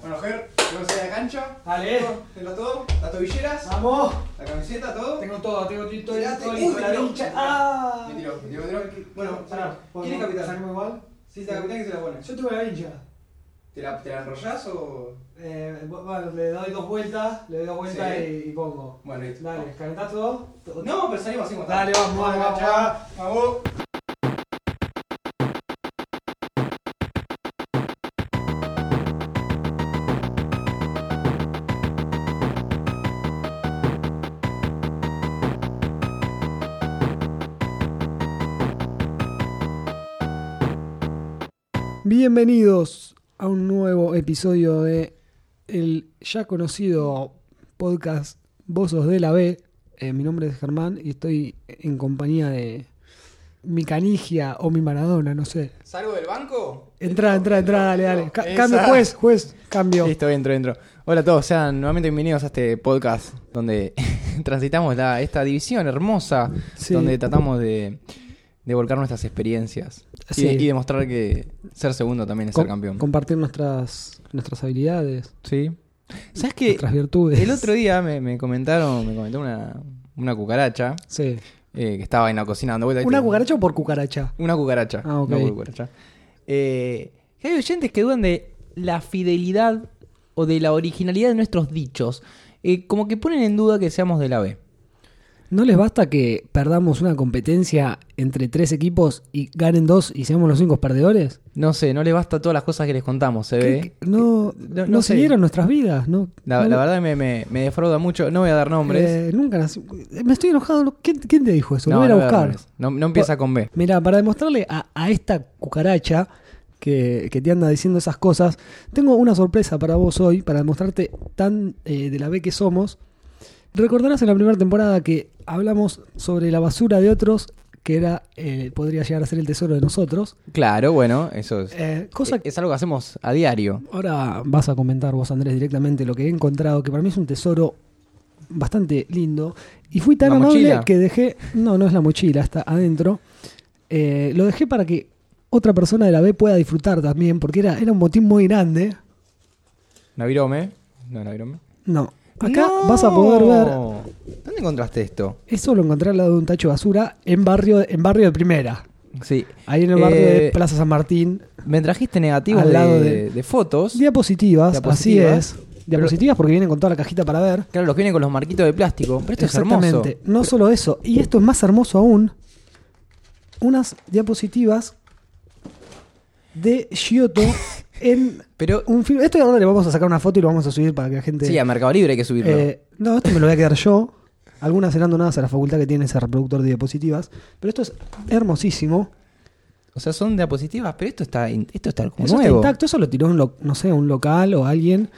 Bueno, Ger, vamos a la cancha. Dale. Tenlo todo. Las tobilleras, Vamos. la camiseta, todo. Tengo todo, tengo todo, todo, Tirate, todo uy, listo, me la tiró. lucha. Ah. Me tiró, me tiró, me tiró. Bueno, Pará, ¿quién es ¿podemos capitán? sacarme igual? Sí, la capitán que se la pone. Yo tuve la vincha. ¿Te la, te la enrollás o.? Eh, bueno, le doy dos vueltas, le doy dos vueltas Sí. y, y pongo. Bueno, listo. Dale, calentás todo. No, pero salimos así como Ah, Dale, vamos, Vamos, vamos, chao. Vamos. Bienvenidos a un nuevo episodio de el ya conocido podcast Vozos de la B. Eh, mi nombre es Germán y estoy en compañía de mi canigia o mi Maradona, no sé. ¿Salgo del banco? Entra, entra, entra, dale, dale. Ca- Esa. cambio, juez, juez, cambio. Listo, entro, entro. Hola a todos, sean nuevamente bienvenidos a este podcast donde transitamos la, esta división hermosa, Sí. donde tratamos de, de volcar nuestras experiencias y, Sí. y demostrar que ser segundo también es Com- ser campeón. Compartir nuestras, nuestras habilidades, Sí. ¿Sabes qué? nuestras virtudes. El otro día me, me comentaron, me comentó una, una cucaracha Sí. eh, que estaba en la cocina dando vueltas. ¿Una cucaracha o por cucaracha? Una cucaracha. Ah, ok. no una cucaracha. Eh, que hay oyentes que dudan de la fidelidad o de la originalidad de nuestros dichos. Eh, como que ponen en duda que seamos de la B. ¿No les basta que perdamos una competencia entre tres equipos y ganen dos y seamos los cinco perdedores? No sé, no le basta todas las cosas que les contamos, se ve. ¿Qué- qué- no, No- no, no sé. siguieron nuestras vidas, ¿no? La, no- la verdad me, me, me defrauda mucho. No voy a dar nombres. eh, nunca nací- Me estoy enojado. ¿Quién, quién te dijo eso? no, No, voy a no ir voy a a dar buscar. nombres. No, no empieza con B. Mira, para demostrarle a, a esta cucaracha que, que te anda diciendo esas cosas, tengo una sorpresa para vos hoy, para demostrarte tan eh, de la B que somos. Recordarás en la primera temporada que hablamos sobre la basura de otros, que era eh, podría llegar a ser el tesoro de nosotros. Claro, bueno, eso es. Eh, cosa eh, Es algo que hacemos a diario. Ahora vas a comentar vos, Andrés, directamente lo que he encontrado, que para mí es un tesoro bastante lindo. Y fui tan ¿La amable mochila? que dejé. No, no es la mochila, está adentro. Eh, lo dejé para que otra persona de la B pueda disfrutar también, porque era, era un botín muy grande. ¿Navirome? No, Navirome. No. Acá ¡No! vas a poder ver. ¿Dónde encontraste esto? Eso lo encontré al lado de un tacho de basura en barrio, en barrio de primera. Sí. Ahí en el barrio de Eh, Plaza San Martín. Me trajiste negativos Al lado de, de- de fotos. Diapositivas, Diapositivas. así es. Diapositivas porque vienen con toda la cajita para ver. Claro, los que vienen con los marquitos de plástico. Pero esto es hermoso. Exactamente. No solo eso. Y esto es más hermoso aún. Unas diapositivas de Giotto en Pero uh, un film. Esto ahora le vamos a sacar una foto y lo vamos a subir para que la gente. sí, a Mercado Libre hay que subirlo. Eh, no, esto me lo voy a quedar yo. Algunas serán donadas a la facultad que tiene ese reproductor de diapositivas. Pero esto es hermosísimo. o sea, son diapositivas, pero esto está, in- esto está como Eso está nuevo. intacto. Eso lo tiró un, lo- no sé, un local o alguien.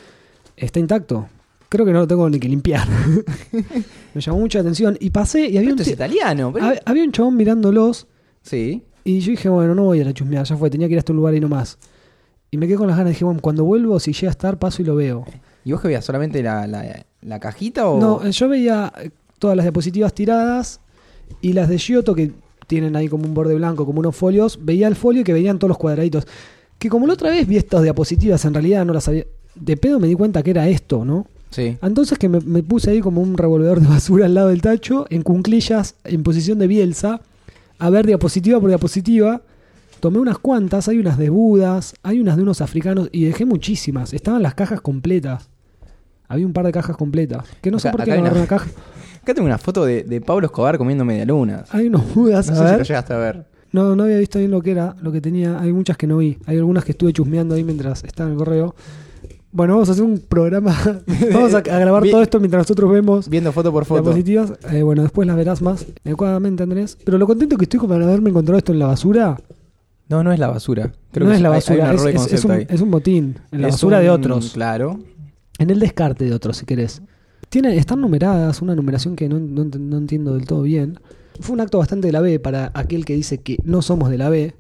Está intacto. Creo que no lo tengo ni que limpiar. me llamó mucha atención. Y pasé y Pero había un esto es ti- italiano. pero- Hab- Había un chabón mirándolos Sí. y yo dije, bueno, no voy a la chusmeada, ya fue, tenía que ir hasta un lugar y no más. Y me quedé con las ganas, dije, bueno, cuando vuelvo, si llega a estar, paso y lo veo. ¿Y vos que veías solamente la, la- la cajita o.? No, eh, yo veía eh, todas las diapositivas tiradas y las de Giotto que tienen ahí como un borde blanco, como unos folios, veía el folio que veían todos los cuadraditos. Que como la otra vez vi estas diapositivas, en realidad no las había... De pedo me di cuenta que era esto, ¿no? Sí. Entonces que me, me puse ahí como un revolvedor de basura al lado del tacho, en cunclillas, en posición de Bielsa, a ver diapositiva por diapositiva. Tomé unas cuantas, hay unas de Budas, hay unas de unos africanos y dejé muchísimas. Estaban las cajas completas. Había un par de cajas completas. Que no sé Acá- por qué acá no hay agarré una. una caja. Acá tengo una foto de, de Pablo Escobar comiendo medialunas. Hay unos Budas, No a sé si ver. lo llegaste a ver. No, no había visto bien lo que era, lo que tenía. Hay muchas que no vi. Hay algunas que estuve chusmeando ahí mientras estaba en el correo. Bueno, vamos a hacer un programa. vamos a, a grabar Vi- todo esto mientras nosotros vemos. Viendo foto por foto. Diapositivas, eh, bueno, después las verás más adecuadamente, Andrés. Pero lo contento que estoy con haberme encontrado esto en la basura, No, no es la basura. Creo no que es la hay- hay un basura, es, error de es- es concepto un, ahí. es un botín. En la Es basura de un- otros. Claro. En el descarte de otros, si querés. Tienen, están numeradas, una numeración que no, no ent- no entiendo del todo bien. Fue un acto bastante de la B para aquel que dice que no somos de la B.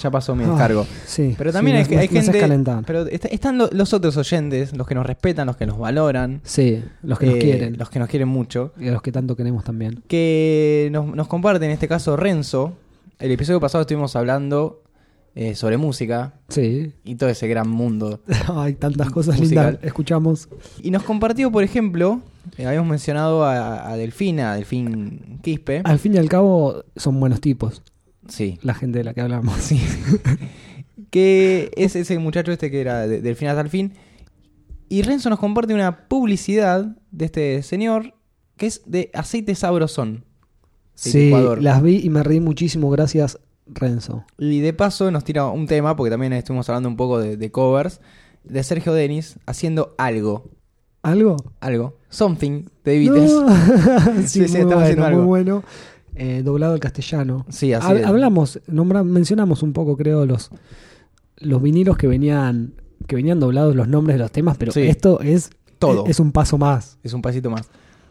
Ya pasó mi Ay, descargo. Ah. sí, Pero también sí, hay, me- me- hay me haces gente. calentar. Pero est- están lo- los otros oyentes, los que nos respetan, los que nos valoran. Sí, los que nos eh, quieren. Los que nos quieren mucho. Y a los que tanto queremos también. Que nos, nos comparten, en este caso, Renzo. El episodio pasado estuvimos hablando eh, sobre música Sí. y todo ese gran mundo. Hay tantas cosas Musical. lindas. Escuchamos. Y nos compartió, por ejemplo, eh, habíamos mencionado a, a Delfín, a Delfín Quispe. Al fin y al cabo, son buenos tipos. Sí. La gente de la que hablamos. Sí. que es ese muchacho este que era de- del final hasta el fin. Y Renzo nos comparte una publicidad de este señor que es de aceite sabrosón. de Sí, Ecuador. las vi y me reí muchísimo. Gracias, Renzo. Y de paso nos tira un tema, porque también estuvimos hablando un poco de, de covers, de Sergio Denis haciendo algo. ¿Algo? Algo. Something de No. Beatles. sí, Sí, sí, muy estaba haciendo bueno, muy algo. bueno. Eh, doblado al castellano. Sí, así. Hab- de- Hablamos, nombra- mencionamos un poco, creo, los, los vinilos que venían, que venían doblados los nombres de los temas, pero Sí. esto es Todo. Es, es un paso más. Es un pasito más.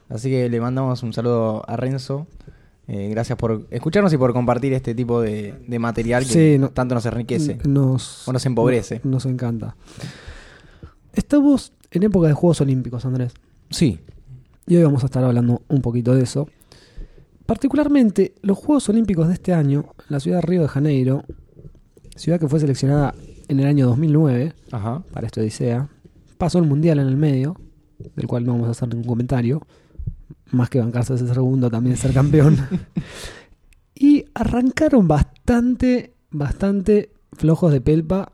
Así que le mandamos un saludo a Renzo. Eh, gracias por escucharnos y por compartir este tipo de, de material que Sí, no- Mm, tanto nos enriquece. Nos, O nos empobrece. Nos encanta. Estamos en época de Juegos Olímpicos, Andrés. Sí. Y hoy vamos a estar hablando un poquito de eso. Particularmente, los Juegos Olímpicos de este año, en la ciudad de Río de Janeiro, ciudad que fue seleccionada en el año 2009 Ajá. para esta odisea, pasó el Mundial en el medio, del cual no vamos a hacer ningún comentario, más que bancarse ese segundo también ser campeón. y arrancaron bastante, bastante flojos de pelpa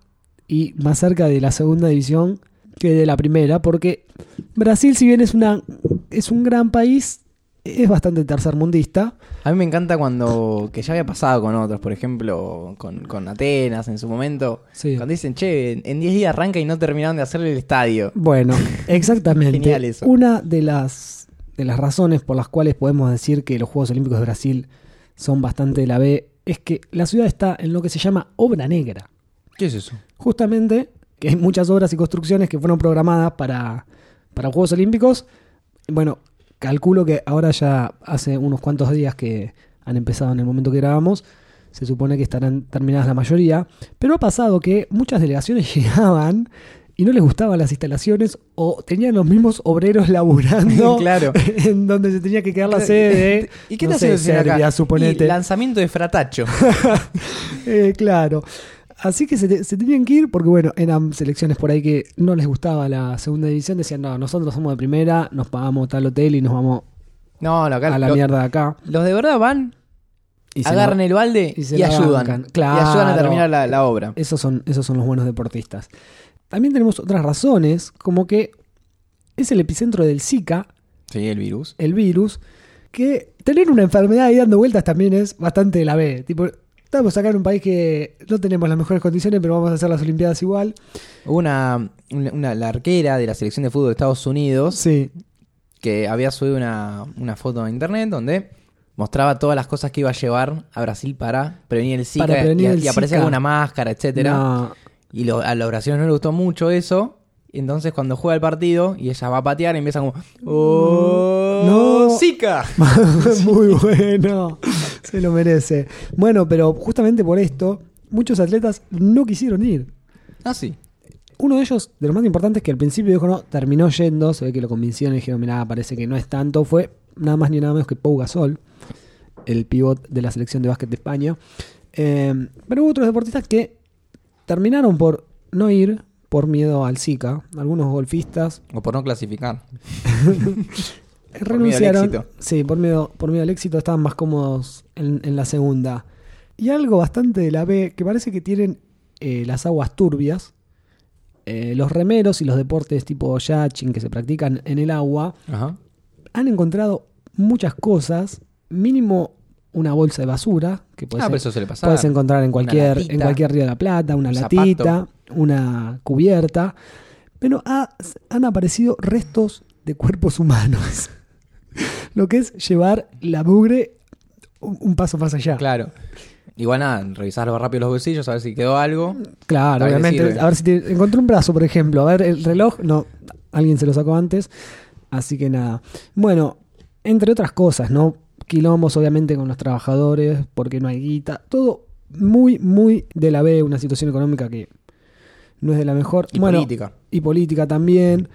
y más cerca de la segunda división que de la primera, porque Brasil, si bien es, una, es un gran país, es bastante tercermundista. A mí me encanta cuando. que ya había pasado con otros, por ejemplo, con, con Atenas en su momento. Sí. Cuando dicen, che, en- en 10 días arranca y no terminaron de hacer el estadio. Bueno, exactamente. Genial eso. Una de las, de las razones por las cuales podemos decir que los Juegos Olímpicos de Brasil son bastante de la B es que la ciudad está en lo que se llama obra negra. ¿Qué es eso? Justamente que hay muchas obras y construcciones que fueron programadas para, para Juegos Olímpicos. Bueno, calculo que ahora ya hace unos cuantos días que han empezado en el momento que grabamos. Se supone que estarán terminadas la mayoría. Pero ha pasado que muchas delegaciones llegaban y no les gustaban las instalaciones o tenían los mismos obreros laburando claro. en donde se tenía que quedar la sede. ¿Y qué no te sé, hace Serbia, suponete. Y lanzamiento de Fratacho. Eh, claro. Así que se, te- se tenían que ir porque, bueno, eran selecciones por ahí que no les gustaba la segunda división. Decían, no, nosotros somos de primera, nos pagamos tal hotel y nos vamos No, no, acá. a la lo- mierda de acá. Los de verdad van, Y se agarran la- el balde y y, se la bancan. ayudan. Claro. Y ayudan a terminar la, la obra. Esos son, esos son los buenos deportistas. También tenemos otras razones, como que es el epicentro del Zika, Sí, el virus. el virus, que tener una enfermedad ahí dando vueltas también es bastante de la B. Tipo, estamos acá en un país que no tenemos las mejores condiciones, pero vamos a hacer las Olimpiadas igual. Hubo una, una, una- la arquera de la selección de fútbol de Estados Unidos Sí, que había subido una, una foto a internet donde mostraba todas las cosas que iba a llevar a Brasil para prevenir el Zika Para prevenir y, el y aparecía Zika. con una máscara, etcétera. No. Y lo- a los brasileños no les gustó mucho eso. Entonces cuando juega el partido y ella va a patear, empieza como ¡Oh! No. ¡Zika! Muy bueno. Se lo merece. Bueno, pero justamente por esto, muchos atletas no quisieron ir. Ah, sí. Uno de ellos, de los más importantes, que al principio dijo no, terminó yendo, se ve que lo convencieron y dijeron, mirá, parece que no es tanto, fue nada más ni nada menos que Pau Gasol, el pivot de la selección de básquet de España. Eh, pero hubo otros deportistas que terminaron por no ir por miedo al Zika. Algunos golfistas, O por no clasificar. miedo al renunciaron. éxito. Sí, por miedo, por miedo al éxito estaban más cómodos en, en la segunda. Y algo bastante de la B, que parece que tienen eh, las aguas turbias, eh, los remeros y los deportes tipo yachting que se practican en el agua, Ajá. han encontrado muchas cosas, mínimo una bolsa de basura, que puede ah, ser pero eso se le pasaba. Puedes encontrar en cualquier, en latita. cualquier río de la Plata, una Un latita, una cubierta. Pero ha- han aparecido restos de cuerpos humanos. Lo que es llevar la mugre un, un paso más allá. Claro, Claro. Igual nada, revisar rápido los bolsillos, a ver si quedó algo. Tal vez obviamente. sirve. A ver si te, encontré un brazo, por ejemplo. A ver, el reloj, no, alguien se lo sacó antes. Así que nada. Bueno, entre otras cosas, ¿no? Quilombos, obviamente, con los trabajadores, porque no hay guita. Todo muy, muy de la B, una situación económica que no es de la mejor. Y bueno, política. Y política también.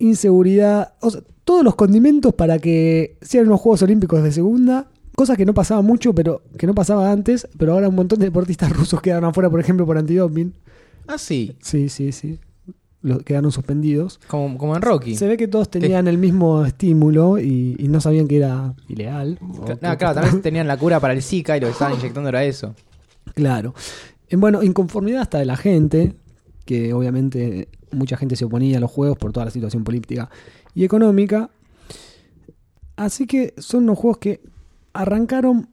Inseguridad. O sea, todos los condimentos para que sean unos Juegos Olímpicos de segunda Cosa que no pasaba mucho, pero que no pasaba antes, pero ahora un montón de deportistas rusos quedaron afuera, por ejemplo, por antidoping. Ah, sí. Sí, sí, sí. Los quedaron suspendidos. Como, como en Rocky. Se ve que todos tenían el mismo estímulo y, y no sabían que era ilegal. o Cla- que- no, claro, también tenían la cura para el Zika y lo que estaban inyectando era eso. Claro. Eh, Bueno, inconformidad hasta de la gente, que obviamente mucha gente se oponía a los juegos por toda la situación política y económica. Así que son unos juegos que arrancaron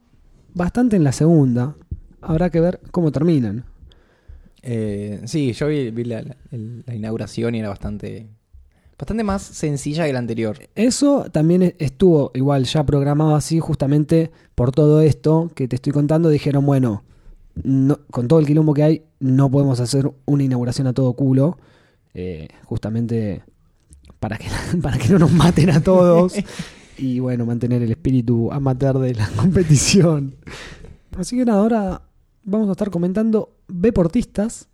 bastante en la segunda. Habrá que ver cómo terminan. Eh, sí, yo vi, vi la, la- el- la inauguración y era bastante bastante más sencilla que la anterior. Eso también e- estuvo igual ya programado así, justamente por todo esto que te estoy contando. Dijeron, bueno, no- con todo el quilombo que hay, no podemos hacer una inauguración a todo culo. eh, justamente para que, para que no nos maten a todos. y bueno, mantener el espíritu amateur de la competición. Así que nada, ahora vamos a estar comentando deportistas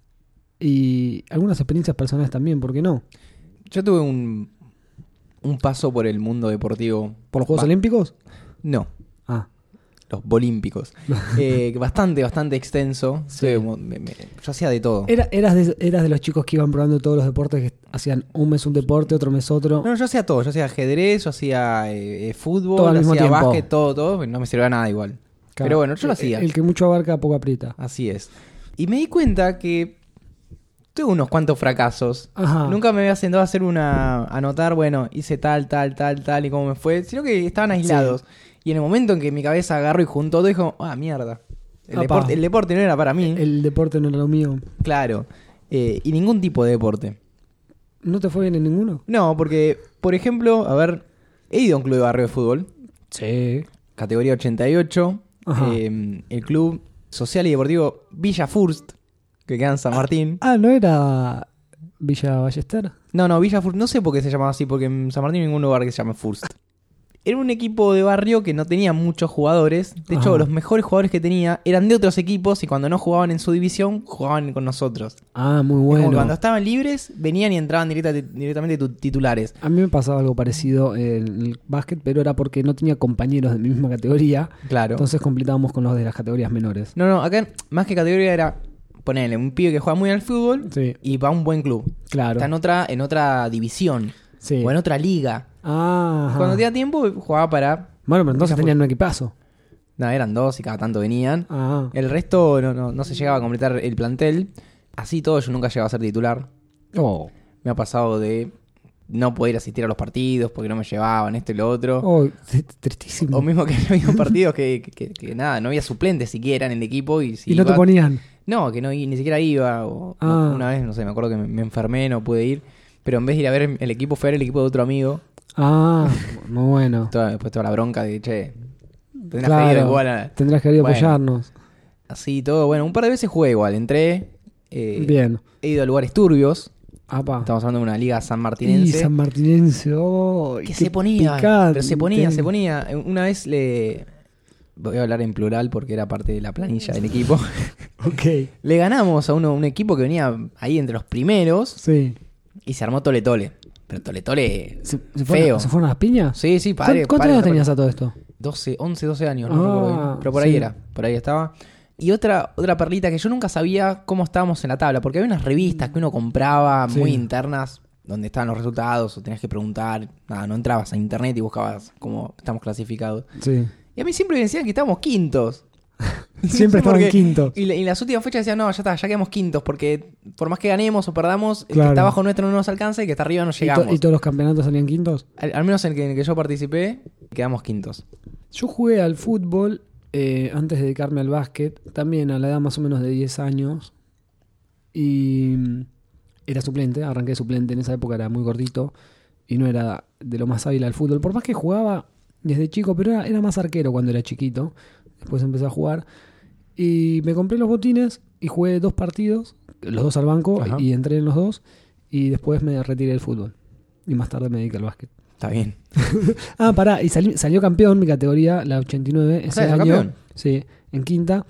y algunas experiencias personales también, ¿por qué no? Yo tuve un, un paso por el mundo deportivo. ¿Por los Juegos Ba- Olímpicos? No, Ah. los bolímpicos. Eh, bastante, bastante extenso. Tuve mo- me- me- yo hacía de todo. Era- eras, de, eras de los chicos que iban probando todos los deportes, que hacían un mes un deporte, otro mes otro. No, yo hacía todo. Yo hacía ajedrez, yo hacía eh, eh, fútbol, Todo al mismo hacía tiempo. básquet, todo, todo. No me servía nada igual. Claro. E, Pero bueno, yo lo hacía. El, que mucho abarca, poco aprieta. Así es. Y me di cuenta que tuve unos cuantos fracasos. Ajá. Nunca me había sentado a hacer una. a anotar, bueno, hice tal, tal, tal, tal y cómo me fue. Sino que estaban aislados. Y en el momento en que mi cabeza agarro y junto todo, dijo, ah, mierda. El, Apa. deporte, el deporte no era para mí. El deporte no era lo mío. Claro. Eh, y ningún tipo de deporte. ¿No te fue bien en ninguno? No, porque, por ejemplo, a ver, he ido a un club de barrio de fútbol, Sí. categoría 88, Ajá. eh, el club social y deportivo Villa Furst, que queda en San Martín. Ah, ¿no era Villa Ballester? No, no, Villa Furst, no sé por qué se llamaba así, porque en San Martín no hay ningún lugar que se llame Furst. Era un equipo de barrio que no tenía muchos jugadores. De hecho, Ajá. los mejores jugadores que tenía eran de otros equipos y cuando no jugaban en su división, jugaban con nosotros. Ah, muy Es como que bueno. cuando estaban libres, venían y entraban directa- directamente tu- titulares. A mí me pasaba algo parecido en el básquet, pero era porque no tenía compañeros de mi misma categoría. Claro. Entonces completábamos con los de las categorías menores. No, no, acá más que categoría era ponerle un pibe que juega muy al fútbol Sí. y va a un buen club. Claro. Está en otra, en otra división Sí. o en otra liga. Ah. ajá. Cuando tenía tiempo jugaba para. Bueno, pero entonces tenían un equipazo. No, eran dos y cada tanto venían. Ah. El resto no, no, no se llegaba a completar el plantel. Así todo, yo nunca llegaba a ser titular. Oh. Me ha pasado de no poder asistir a los partidos porque no me llevaban, esto y lo otro. Oh, t- tristísimo. O mismo que había partidos que, que- que nada, no había suplentes siquiera en el equipo. Y, si y no te iba- ponían. No, que no, i- ni siquiera iba. o- Ah. Una vez, no sé, me acuerdo que me, me enfermé, no pude ir. Pero en vez de ir a ver el equipo, fue a ver el equipo de otro amigo. Ah, muy bueno. Toda, después toda la bronca de, che, tendrás Claro, que ir igual a- Tendrás que ir a Bueno. apoyarnos. Así y todo. Bueno, un par de veces jugué igual. Entré, eh, Bien. he ido a lugares turbios. Apa. Estamos hablando de una liga sanmartinense. Y San Martinense. oh, que qué se ponía, picante. pero se ponía, se ponía. Una vez le... Voy a hablar en plural porque era parte de la planilla del equipo. Ok, le ganamos a uno, un equipo que venía ahí entre los primeros. sí. Y se armó Tole Tole. Pero Tole Tole. ¿Se, se fueron, feo. ¿Se fueron a las piñas? Sí, sí, ¿Cuán- padre. ¿Cuántos padre, años padre. tenías a todo esto? 12, 11, 12 años, no Ah, recuerdo bien. Pero por ahí sí. era, por ahí estaba. Y otra, otra perlita que yo nunca sabía cómo estábamos en la tabla, porque había unas revistas que uno compraba Sí. muy internas, donde estaban los resultados, o tenías que preguntar, nada, no entrabas a internet y buscabas cómo estamos clasificados. Sí. Y a mí siempre me decían que estábamos quintos. Siempre estaban Porque- quintos. Y, la- y las últimas fechas decían, no, ya está, ya quedamos quintos, porque por más que ganemos o perdamos, el que Claro. está abajo nuestro no nos alcanza y el que está arriba no ¿Y, to- llegamos. y todos los campeonatos salían quintos? al, al menos en el, que, en el que yo participé, quedamos quintos. Yo jugué al fútbol eh, antes de dedicarme al básquet, también a la edad más o menos de 10 años. Y mm, era suplente, arranqué suplente en esa época, era muy gordito y no era de lo más hábil al fútbol. Por más que jugaba desde chico, pero era, era más arquero cuando era chiquito. Después empecé a jugar y me compré los botines y jugué dos partidos, los dos al banco Ajá. y entré en los dos. Y después me retiré del fútbol y más tarde me dediqué al básquet. Está bien. Ah, pará, y sali- salió campeón mi categoría, la 89, ese Ah, salió año. campeón. Sí, en quinta.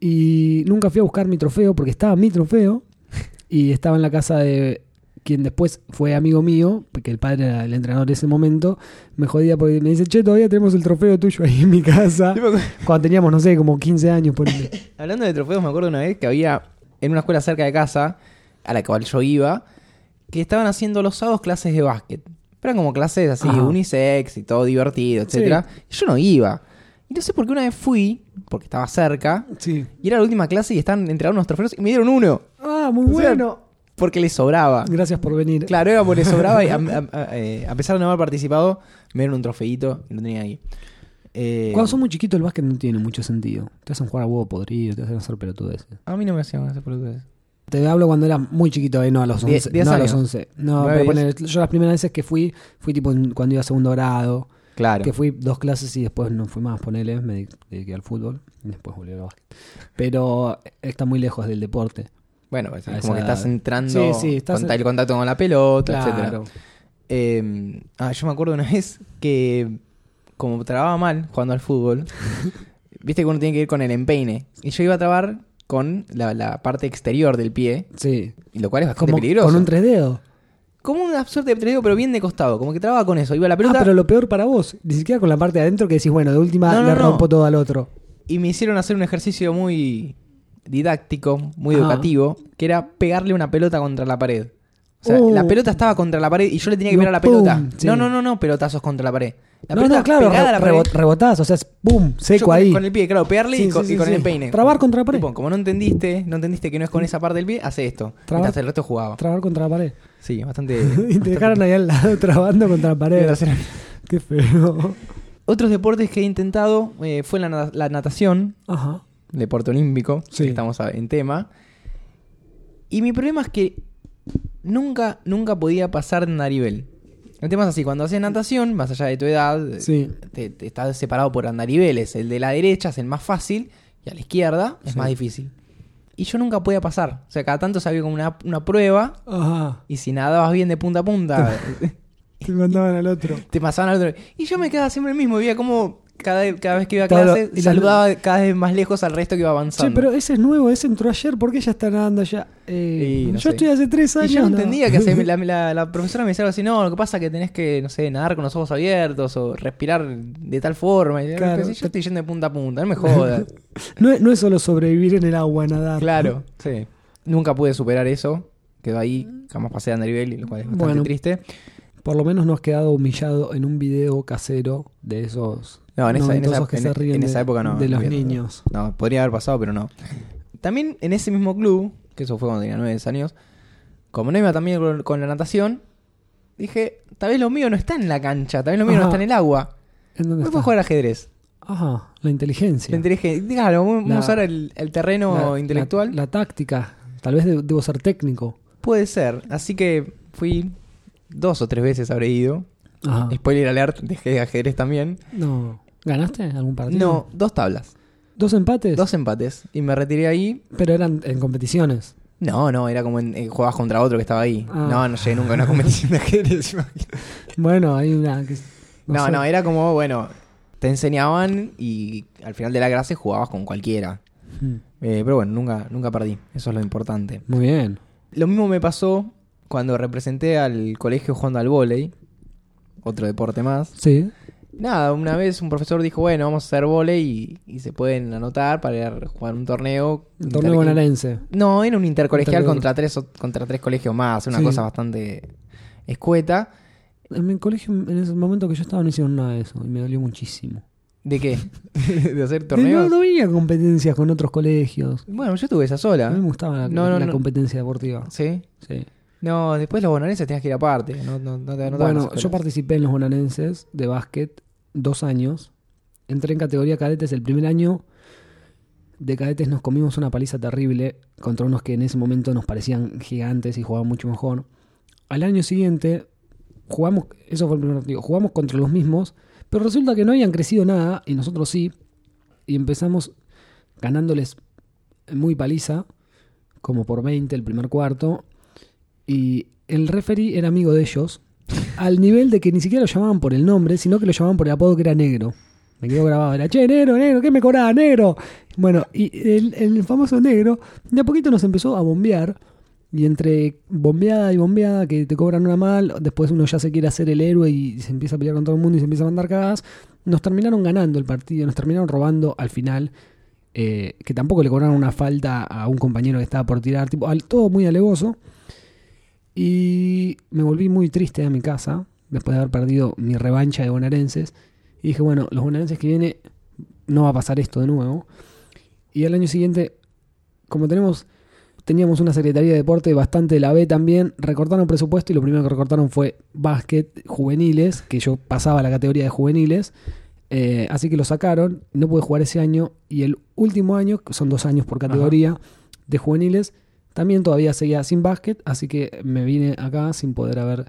Y nunca fui a buscar mi trofeo porque estaba mi trofeo y estaba en la casa de quien después fue amigo mío, porque el padre era el entrenador de ese momento, me jodía porque me dice, che, todavía tenemos el trofeo tuyo ahí en mi casa. Cuando teníamos, no sé, como 15 años, ponele. Hablando de trofeos, me acuerdo una vez que había en una escuela cerca de casa, a la cual yo iba, que estaban haciendo los sábados clases de básquet. Eran como clases así, Ajá. unisex y todo divertido, Sí. etcétera. Y yo no iba. Y no sé por qué una vez fui, porque estaba cerca, Sí. y era la última clase y estaban entregados unos trofeos y me dieron uno. Ah, muy O sea, bueno. Porque le sobraba. Gracias por venir. Claro, era porque le sobraba y a, a- a- eh, a pesar de no haber participado, me dieron un trofeito y lo tenía ahí. Eh, Cuando sos muy chiquito el básquet no tiene mucho sentido. Te hacen jugar a huevo podrido, te hacen hacer pelotudes. A mí no me hacían esas pelotudes. Te hablo cuando eras muy chiquito, eh, no a los Die- 11. diez no a los años. 11. No, Nueve, pero ponele, yo las primeras veces que fui, fui tipo en- cuando iba a segundo grado. Claro. Que fui dos clases y después no fui más, ponele, me ded- dediqué al fútbol y después volví al básquet. Pero está muy lejos del deporte. Bueno, pues, A como esa que edad. estás entrando Sí, sí, estás con en- el contacto con la pelota, etcétera. Claro. Eh, ah, yo me acuerdo una vez que como trababa mal jugando al fútbol, viste que uno tiene que ir con el empeine. Y yo iba a trabar con la, la parte exterior del pie, Sí. y lo cual es bastante Como peligroso. con un tres dedos. Como una suerte de treleo, pero bien de costado. Como que trababa con eso. Iba a la pelota Ah, pero lo peor para vos, ni siquiera con la parte de adentro que decís, bueno, de última No, no, le no. rompo todo al otro. y me hicieron hacer un ejercicio muy didáctico, muy Ah. educativo, que era pegarle una pelota contra la pared. O sea, Oh. la pelota estaba contra la pared y yo le tenía que Digo, pegar a la ¡pum! pelota. Sí. No, no, no, no, pelotazos contra la pared. La no, pelota no, claro, pegada a la re- pared. rebot- rebotás, o sea, es pum, Yo seco con, ahí. con el pie, claro, pegarle y Sí, con, sí, y con sí. el empeine. Trabar contra la pared. Tipo, como no entendiste, no entendiste que no es con esa parte del pie, hace esto. Trabar- Mientras el resto jugaba. Trabar contra la pared. Sí, bastante. y te dejaron ahí al lado trabando contra la pared. bastante- Qué feo. Otros deportes que he intentado eh, fue la nata- la natación. Ajá. deporte olímpico, Sí. que estamos a- en tema. Y mi problema es que nunca, nunca podía pasar de Andarivel. El tema es así, cuando haces natación, más allá de tu edad, eh, Sí. te, te estás separado por andariveles. El de la derecha es el más fácil y a la izquierda es Sí. más difícil. Y yo nunca podía pasar. O sea, cada tanto se había como una, una prueba Ajá. y si nadabas bien de punta a punta, eh, Te mandaban al otro. te pasaban al otro. Y yo me quedaba siempre el mismo. Veía como cada, cada vez que iba a Todo lo- clase, y la- saludaba cada vez más lejos al resto que iba Che, avanzando. pero ese es nuevo, ese entró ayer, ¿por qué ya está nadando allá? Eh, Y no yo sé. estoy hace tres Y años. yo no no. entendía que hace- la, la- la profesora me decía algo así, no, lo que pasa es que tenés que, no sé, nadar con los ojos abiertos o respirar de tal forma. Y yo, Claro. "Pero si yo estoy yendo de punta a punta, no me jodas. No, es- no es solo sobrevivir en el agua, nadar. claro, sí. Nunca pude superar eso. Quedó ahí, jamás pasé a nivel, lo cual es bastante Bueno. triste. Por lo menos no has quedado humillado en un video casero de esos No, en esa, en esa- noventosos que en- se ríen en de- esa época no. de los no, niños. No, podría haber pasado, pero no. También en ese mismo club, que eso fue cuando tenía nueve años, como no iba también con, con la natación, dije, tal vez lo mío no está en la cancha, tal vez lo mío no Ajá. está en el agua. ¿En Voy dónde está? a jugar al ajedrez. Ajá, la inteligencia. La inteligencia. Claro, vamos La- a usar el, el terreno La- intelectual. La, la táctica. Tal vez de- debo ser técnico. Puede ser. Así que fui dos o tres veces habré ido. Ajá. Spoiler alert, dejé de ajedrez también. No. ¿Ganaste algún partido? No, dos tablas. ¿Dos empates? Dos empates. Y me retiré ahí. Pero eran en competiciones. No, no, era como en, eh, jugabas contra otro que estaba ahí. Ah. No, no llegué nunca a una competición de ajedrez. imagínate. Bueno, hay una. que- No, sé. no, era como, bueno, te enseñaban y al final de la clase jugabas con cualquiera. Mm. Eh, pero bueno, nunca, nunca perdí. Eso es lo importante. Muy bien. Lo mismo me pasó cuando representé al colegio jugando al vóley, otro deporte más. Sí. Nada, una vez un profesor dijo, bueno, vamos a hacer vóley y, y se pueden anotar para ir a jugar un torneo. Un torneo Inter- bonaerense. No, era un intercolegial Intercolegial. contra tres, o- contra tres colegios más, una Sí. cosa bastante escueta. En mi colegio, en ese momento que yo estaba, no hicieron nada de eso. Y me dolió muchísimo. ¿De qué? ¿De hacer De- torneos? No, no veía competencias con otros colegios. Bueno, yo tuve esa A sola. mí me gustaba la, No, no, la no. competencia deportiva. ¿Sí? Sí. No, después los bonaerenses tenías que ir aparte. No, no, no te anotaban Bueno, las yo escuelas. participé en los bonaerenses de básquet dos años. Entré en categoría cadetes el primer año. De cadetes nos comimos una paliza terrible contra unos que en ese momento nos parecían gigantes y jugaban mucho mejor. Al año siguiente jugamos, eso fue el primer partido, jugamos contra los mismos, pero resulta que no habían crecido nada y nosotros sí. Y empezamos ganándoles muy paliza, como por 20 el primer cuarto. Y el referee era amigo de ellos, al nivel de que ni siquiera lo llamaban por el nombre, sino que lo llamaban por el apodo que era negro. Me quedó grabado, era, che, negro, negro, ¿qué me cobraba, negro? Bueno, y el, el famoso negro de a poquito nos empezó a bombear Y entre bombeada y bombeada, que te cobran una mal, después uno ya se quiere hacer el héroe y se empieza a pelear con todo el mundo y se empieza a mandar cagadas, nos terminaron ganando el partido, nos terminaron robando al final, eh, que tampoco le cobraron una falta a un compañero que estaba por tirar, tipo, al- todo muy alevoso. Y me volví muy triste a mi casa, después de haber perdido mi revancha de bonaerenses. Y dije, bueno, los bonaerenses que viene no va a pasar esto de nuevo. Y al año siguiente, como tenemos teníamos una Secretaría de Deporte bastante de la B también, recortaron presupuesto y lo primero que recortaron fue básquet juveniles, que yo pasaba la categoría de juveniles, eh, así que lo sacaron, no pude jugar ese año y el último año, que son dos años por categoría de juveniles, también todavía seguía sin básquet, así que me vine acá sin poder haber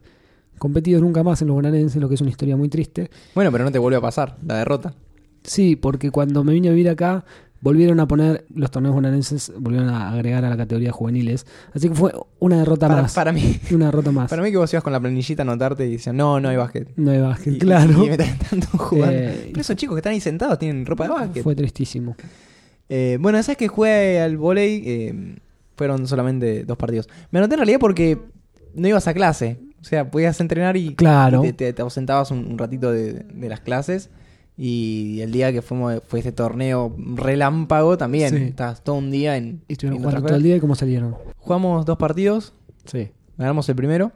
competido nunca más en los bonaerenses, lo que es una historia muy triste. Bueno, pero no te vuelve a pasar la derrota. Sí, porque cuando me vine a vivir acá, volvieron a poner los torneos bonaerenses, volvieron a agregar a la categoría de juveniles. Así que fue una derrota Para, más. para mí. Una derrota más. Para mí que vos ibas con la planillita a anotarte y decían, no, no hay básquet. No hay básquet, Y- claro. Y me están tanto jugando. Eh, Pero esos chicos que están ahí sentados tienen ropa de básquet. fue tristísimo. Eh, bueno, sabes que jugué al volei, eh, fueron solamente dos partidos. Me anoté en realidad porque no ibas a clase. O sea, podías entrenar y, Claro. y te, te- te ausentabas un, un ratito de, de las clases. Y el día que fuimos, fue este torneo relámpago también. Sí. Estabas todo un día en. Y estuvieron en jugando otra todo el cosa. día y cómo salieron. Jugamos dos partidos, Sí. ganamos el primero.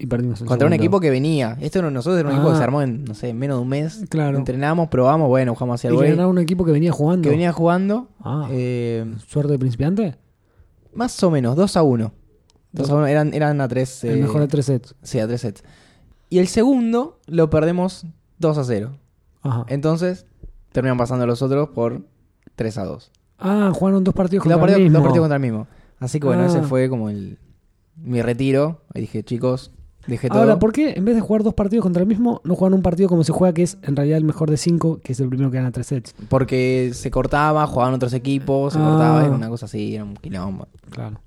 Y perdimos el Contra un segundo. equipo que venía. Esto era nosotros, era un Ah. equipo que se armó en, no sé, menos de un mes. Claro. Entrenamos, probamos, bueno, jugamos hacia el Y le volei. ganaron un equipo que venía jugando. Que venía jugando. Ah. eh, ¿Suerte de principiante? más o menos, 2 a 1. 2 a 1 eran, eran a 3. El mejor de tres sets. Sí, a 3 sets. Y el segundo lo perdemos 2 a 0. Ajá. Entonces, terminan pasando los otros por 3 a 2. Ah, jugaron dos Dos partidos contra el partidos, mismo. dos partidos contra el mismo. Así que bueno, Ah. ese fue como el mi retiro. Ahí dije, chicos, dejé todo. Ahora, ¿por qué en vez de jugar dos partidos contra el mismo, no juegan un partido como se juega, que es en realidad el mejor de cinco, que es el primero que gana tres sets? Porque se cortaba, jugaban otros equipos, se Ah. cortaba, era una cosa así, era un quilombo. Claro.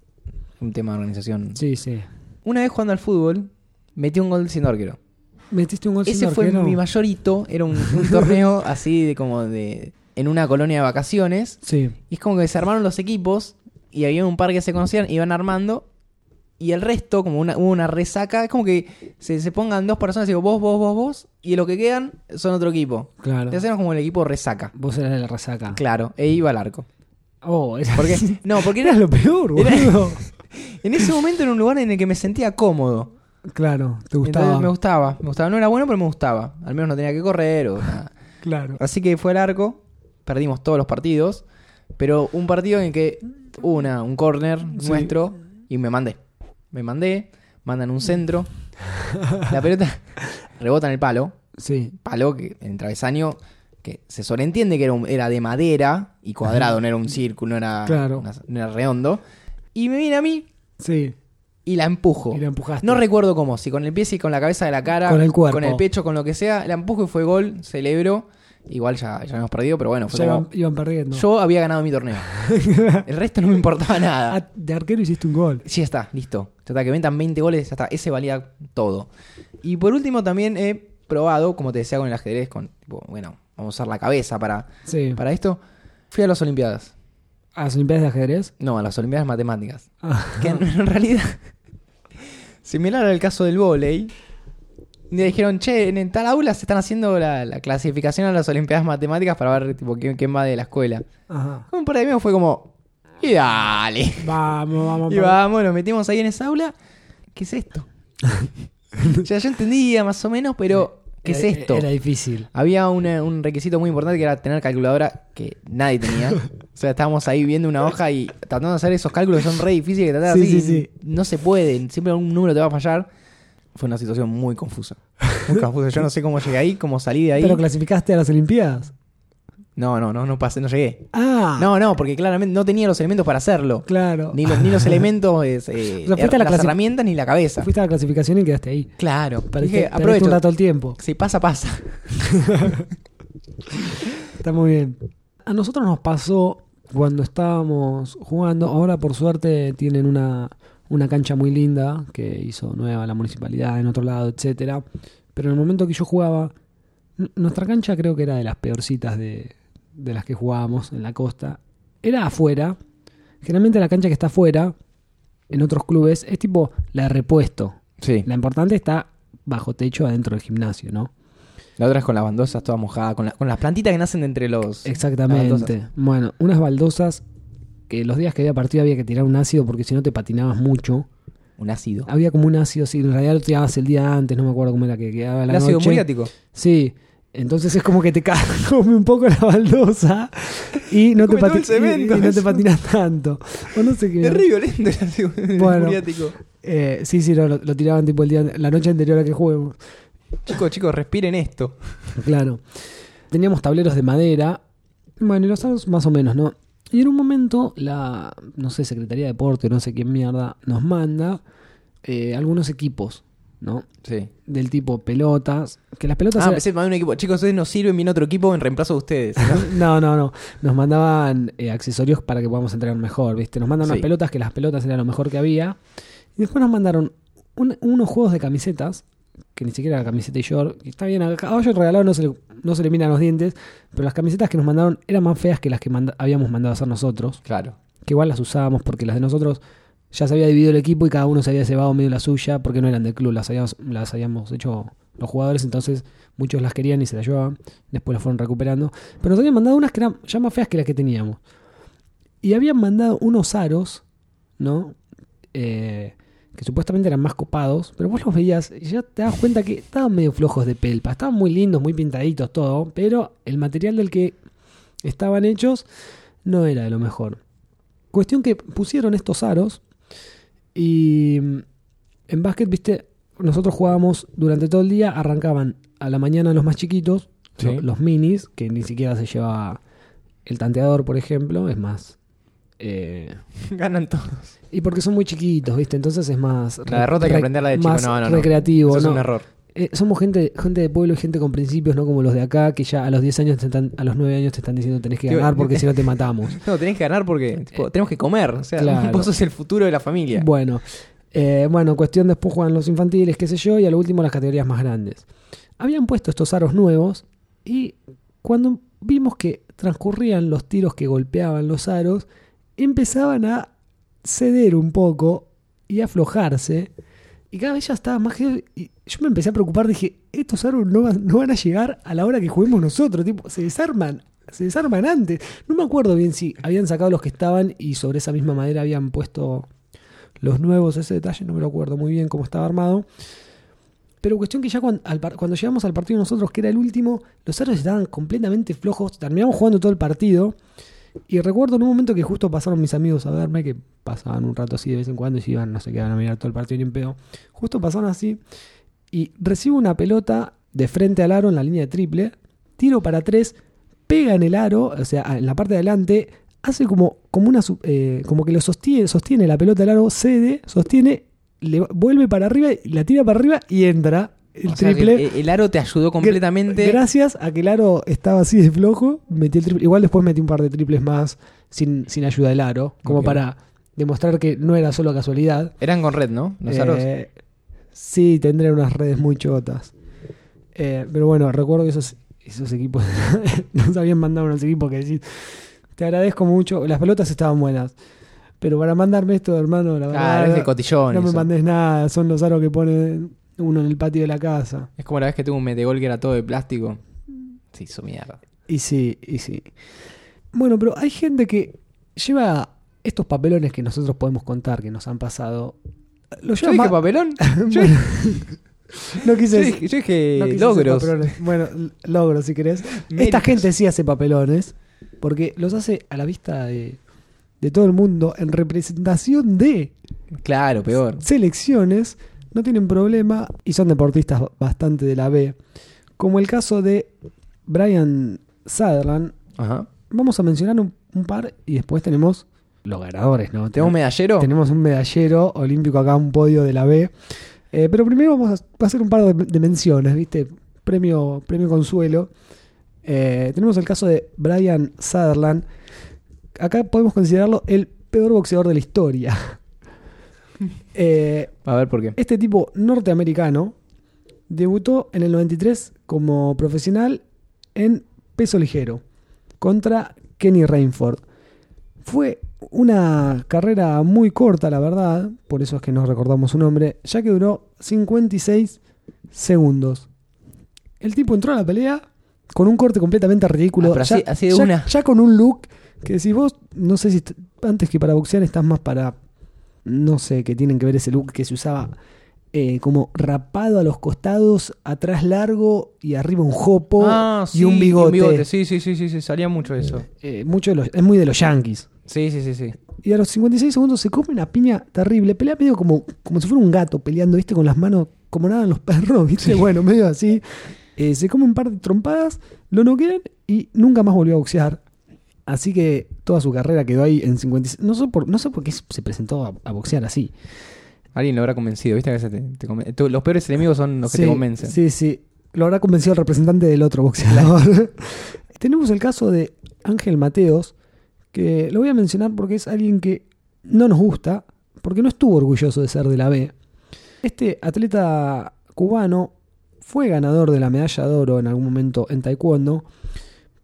Un tema de organización. Sí, sí. Una vez jugando al fútbol, metí un gol sin arquero. Metiste un gol sin Ese fue arquero. mi mayor hito. Era un, un torneo así de como de. en una colonia de vacaciones. Sí. Y es como que se armaron los equipos. Y había un par que se conocían, iban armando. Y el resto, como una, hubo una resaca, es como que se, se pongan dos personas y digo, vos, vos, vos, vos. Y los que quedan son otro equipo. Claro. Ah. Te hacemos como el equipo resaca. Vos eras de la resaca. Claro, e iba al arco. Oh, era... Porque, no, porque era era, lo peor, Era- boludo. en ese momento era un lugar en el que me sentía cómodo. Claro, te Entonces gustaba. me gustaba, me gustaba. No era bueno, pero me gustaba. Al menos no tenía que correr o nada. Claro. Así que fue al arco, perdimos todos los partidos, pero un partido en el que hubo una, un corner nuestro y me mandé. Me mandé, mandan un centro, la pelota rebota en el palo, Sí. palo que en travesaño que se sobreentiende que era, un- era de madera y cuadrado, no era un círculo, no era, Claro. una- no era redondo. Y me viene a mí Sí. y la empujo. Y la empujaste. No recuerdo cómo, si con el pie, si con la cabeza de la cara, Con el cuerpo. con el pecho, con lo que sea. La empujo y fue gol, celebro. Igual ya, ya hemos perdido, pero bueno, fue Ya como- iban, iban perdiendo. yo había ganado mi torneo. el resto no me importaba nada. Ah, de arquero hiciste un gol. Sí, ya está, listo. Ya está, que metan 20 goles, ya está. Ese valía todo. Y por último también he probado, como te decía con el ajedrez, con, tipo, bueno, vamos a usar la cabeza para, Sí. para esto. Fui a las Olimpiadas. ¿A las Olimpiadas de ajedrez? No, a las Olimpiadas Matemáticas. Ah, Que en, en realidad, similar al caso del volei, me dijeron, che, en, en tal aula se están haciendo la, la clasificación a las Olimpiadas Matemáticas para ver tipo, quién, quién va de la escuela. Ajá. Un par de amigos fue como, y dale. Vamos, vamos, Y vamos. vamos, nos metimos ahí en esa aula. ¿Qué es esto? o sea, yo entendía más o menos, pero ¿qué es Era- esto? Eh, Era difícil. Había una- un requisito muy importante que era tener calculadora que nadie tenía. O sea, estábamos ahí viendo una hoja y tratando de hacer esos cálculos que son re difíciles de tratar Sí, así. sí, sí. No se pueden, siempre algún número te va a fallar. Fue una situación muy confusa. Muy confusa. Yo no sé cómo llegué ahí, cómo salí de ahí. ¿Pero clasificaste a las Olimpiadas? No, no, no, no pasé, no llegué. Ah. No, no, porque claramente no tenía los elementos para hacerlo. Claro. Ni los, ni los elementos, eh, eh, O sea, fuiste a la las clasi- herramientas ni la cabeza. Fuiste a la clasificación y quedaste ahí. Claro, Perdiste, dije, perdiste aprovecho. un rato el tiempo. Si pasa, pasa. Está muy bien. A nosotros nos pasó cuando estábamos jugando. Ahora, por suerte, tienen una, una cancha muy linda que hizo nueva la municipalidad en otro lado, etcétera. Pero en el momento que yo jugaba, n- nuestra cancha creo que era de las peorcitas de, de las que jugábamos en la costa. Era afuera. Generalmente la cancha que está afuera en otros clubes es tipo la de repuesto. Sí. La importante está bajo techo adentro del gimnasio, ¿no? La otra es con las bandosas todas mojadas, con, la- con las plantitas que nacen de entre los. las Exactamente. baldosas. Bueno, unas baldosas que los días que había partido había que tirar un ácido porque si no te patinabas mucho. Un ácido. Había como un ácido, sí, en realidad lo tirabas el día antes, no me acuerdo cómo era que quedaba El la ácido noche. muriático. Sí. Entonces es como que te ca- come un poco la baldosa y no, te, Come todo pati- el cemento, y- y no te eso. patinas tanto. O no sé qué. Es re violento el ácido Bueno. muriático. Eh, sí, sí, lo, lo- lo tiraban tipo el día, la noche anterior a que juguemos. Chicos, chicos, respiren esto. Claro. Teníamos tableros de madera. Bueno, y los sábados más o menos, ¿no? Y en un momento la, no sé, Secretaría de Deporte o no sé quién mierda nos manda eh, algunos equipos, ¿no? Sí. Del tipo pelotas. Que las pelotas... Ah, eran- empecé a mandar un equipo. Chicos, ustedes no sirven, viene otro equipo en reemplazo de ustedes. No, no, no. Nos mandaban eh, accesorios para que podamos entrenar mejor, ¿viste? Nos mandan Sí. unas pelotas, que las pelotas eran lo mejor que había. Y después nos mandaron un- unos juegos de camisetas, que ni siquiera era camiseta y short. que Está bien, a caballo regalado no se, le, no se le miran los dientes, pero las camisetas que nos mandaron eran más feas que las que manda- habíamos mandado a hacer nosotros. Claro. Que igual las usábamos porque las de nosotros ya se había dividido el equipo y cada uno se había cebado medio la suya porque no eran del club, las habíamos, las habíamos hecho los jugadores, entonces muchos las querían y se las llevaban, después las fueron recuperando. Pero nos habían mandado unas que eran ya más feas que las que teníamos. Y habían mandado unos aros, ¿no? Eh, que supuestamente eran más copados, pero vos los veías y ya te das cuenta que estaban medio flojos de pelpa, estaban muy lindos, muy pintaditos, todo, pero el material del que estaban hechos no era de lo mejor. Cuestión que pusieron estos aros y mm, en básquet, viste, nosotros jugábamos durante todo el día, arrancaban a la mañana los más chiquitos, Sí. lo- los minis, que ni siquiera se llevaba el tanteador, por ejemplo, es más... eh, Ganan todos. y porque son muy chiquitos, ¿viste? Entonces es más... La derrota hay que aprenderla de chico. más No, no, no. recreativo, Eso es ¿no? un error. Eh, somos gente, gente de pueblo y gente con principios, no como los de acá, que ya a los 10 años, te están, a los 9 años te están diciendo tenés que Tío, ganar porque si no te matamos. No, tenés que ganar porque tipo, tenemos que comer. O sea, Claro. vos sos el futuro de la familia. Bueno, eh, bueno, cuestión después juegan los infantiles, qué sé yo, y al último las categorías más grandes. Habían puesto estos aros nuevos y cuando vimos que transcurrían los tiros que golpeaban los aros, empezaban a ceder un poco y a aflojarse. Y cada vez ya estaba más que... y yo me empecé a preocupar, dije, estos aros no, van- no van a llegar a la hora que juguemos nosotros, tipo, se desarman, se desarman antes. No me acuerdo bien si habían sacado los que estaban y sobre esa misma madera habían puesto los nuevos, ese detalle no me lo acuerdo muy bien cómo estaba armado. Pero cuestión que ya cuando, cuando llegamos al partido nosotros, que era el último, los aros estaban completamente flojos, terminamos jugando todo el partido. Y recuerdo en un momento que justo pasaron mis amigos a verme, que pasaban un rato así de vez en cuando y se iban, no se quedaban a mirar todo el partido ni un pedo. Justo pasaron así y recibo una pelota de frente al aro en la línea de triple, tiro para tres, pega en el aro, o sea, en la parte de adelante, hace como, como, una, su- eh, como que lo sostiene, sostiene la pelota al aro, cede, sostiene, le, vuelve para arriba, la tira para arriba y entra el O sea, e, triple. el, el aro te ayudó completamente. Gracias a que el aro estaba así de flojo, metí el triple. Igual después metí un par de triples más sin, sin ayuda del aro, como Ok. para demostrar que no era solo casualidad. Eran con red, ¿no? Los Eh, aros. Sí, tendría unas redes muy chotas. Eh, pero bueno, recuerdo que esos, esos equipos nos habían mandado unos equipos que decís, te agradezco mucho, las pelotas estaban buenas. Pero para mandarme esto, hermano, la Ah, verdad, es de cotillón. no me eso. mandes nada, son los aros que pone uno en el patio de la casa. Es como la vez que tuve un metegol que era todo de plástico. Se hizo mierda. Y sí, y sí. Bueno, pero hay gente que lleva estos papelones que nosotros podemos contar que nos han pasado. Los ¿Yo lleva dije más- papelón? Yo, Bueno, no yo quise, dije, yo dije no quise hacer logros. papelones. Bueno, l- logros si querés. Esta Méritos. gente sí hace papelones porque los hace a la vista de, de todo el mundo en representación de Claro, peor. selecciones, no tienen problema y son deportistas bastante de la B. Como el caso de Brian Sutherland, Ajá. Vamos a mencionar un, un par y después tenemos los ganadores, ¿no? ¿Tenemos un medallero? Tenemos un medallero olímpico acá, un podio de la B. Eh, pero primero vamos a- a hacer un par de, de menciones, ¿viste? Premio, premio consuelo. Eh, tenemos el caso de Brian Sutherland. Acá podemos considerarlo el peor boxeador de la historia. Eh, A ver por qué. este tipo norteamericano debutó en el 93 como profesional en peso ligero contra Kenny Rainford. Fue una carrera muy corta, la verdad, por eso es que nos recordamos su nombre, ya que duró 56 segundos. El tipo entró a la pelea con un corte completamente ridículo. Ah, pero así- así de una. ya con un look que si vos, no sé si t- antes que para boxear estás más para, no sé, que tienen que ver ese look que se usaba eh, como rapado a los costados, atrás largo y arriba un jopo Ah, y sí, un bigote. Sí, sí, sí, sí, sí, salía mucho eso. Eh, mucho de los- es muy de los yankees. Sí, sí, sí, sí. Y a los 56 segundos se come una piña terrible. Pelea medio como, como si fuera un gato peleando, ¿viste? Con las manos como nadan los perros, ¿viste? Bueno, medio así. Eh, se come un par de trompadas, lo no quieren y nunca más volvió a boxear. Así que toda su carrera quedó ahí en 56. No sé por, no sé por qué se presentó a, a boxear así. Alguien lo habrá convencido, ¿viste? A veces te- te conven- tú- los peores enemigos son los que Sí, te convencen. Sí, sí. Lo habrá convencido el representante del otro boxeador. Tenemos el caso de Ángel Mateos, que lo voy a mencionar porque es alguien que no nos gusta, porque no estuvo orgulloso de ser de la B. Este atleta cubano fue ganador de la medalla de oro en algún momento en taekwondo,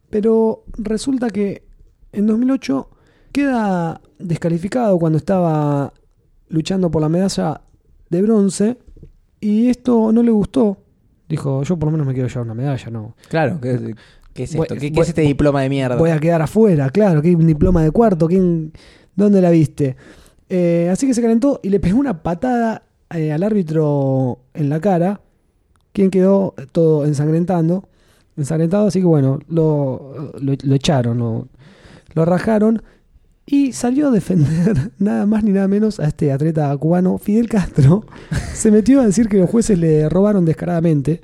pero resulta que en 2008 queda descalificado cuando estaba luchando por la medalla de bronce y esto no le gustó. Dijo, yo por lo menos me quiero llevar una medalla, no. Claro, ¿qué, qué es Voy- esto? ¿Qué, qué voy- es este diploma de mierda? Voy a quedar afuera, claro, que hay un diploma de cuarto, ¿quién, ¿dónde la viste? Eh, así que se calentó y le pegó una patada eh, al árbitro en la cara, quien quedó todo ensangrentando, ensangrentado, así que bueno, lo, lo, lo echaron, lo, lo rajaron y salió a defender nada más ni nada menos a este atleta cubano, Fidel Castro. Se metió a decir que los jueces le robaron descaradamente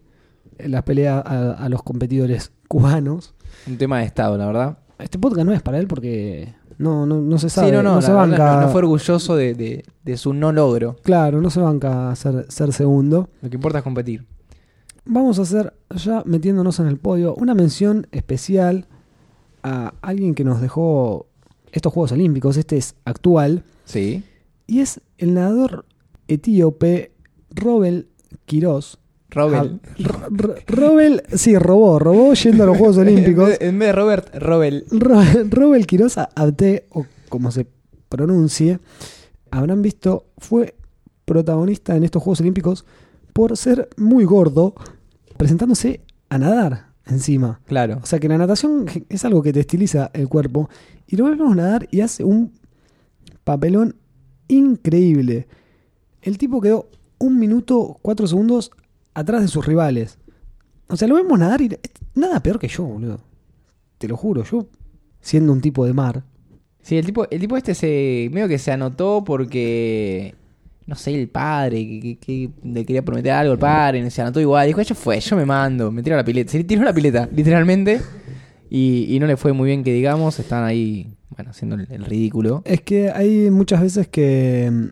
las peleas a- a los competidores cubanos. Un tema de Estado, la verdad. Este podcast no es para él porque no, no, no se sabe. Sí, no, no, no la se verdad, banca. no- no fue orgulloso de, de- de su no logro. Claro, no se banca ser, ser segundo. Lo que importa es competir. Vamos a hacer, ya metiéndonos en el podio, una mención especial a alguien que nos dejó estos Juegos Olímpicos. Este es actual. Sí. Y es el nadador etíope Robel Quirós. Robel. Ah, R- R- Robel, sí, robó, robó yendo a los Juegos Olímpicos. En vez- en vez de Robert, Robel. Ro- Robel Quiroz Abte, o como se pronuncie, habrán visto, fue protagonista en estos Juegos Olímpicos por ser muy gordo, presentándose a nadar encima. Claro. O sea que la natación es algo que te estiliza el cuerpo. Y lo vemos nadar y hace un papelón increíble. El tipo quedó un minuto, cuatro segundos atrás de sus rivales. O sea, lo vemos nadar y es nada peor que yo, boludo. Te lo juro, yo siendo un tipo de mar. Sí, el tipo, el tipo este se. medio que se anotó porque. No sé, el padre, que, que- que le quería prometer algo, el padre, se anotó igual. Dijo, yo fue, yo me mando, me tiro a la pileta. Se tiró a la pileta, literalmente. Y, y no le fue muy bien que digamos, están ahí, bueno, haciendo el, el ridículo. Es que hay muchas veces que mm,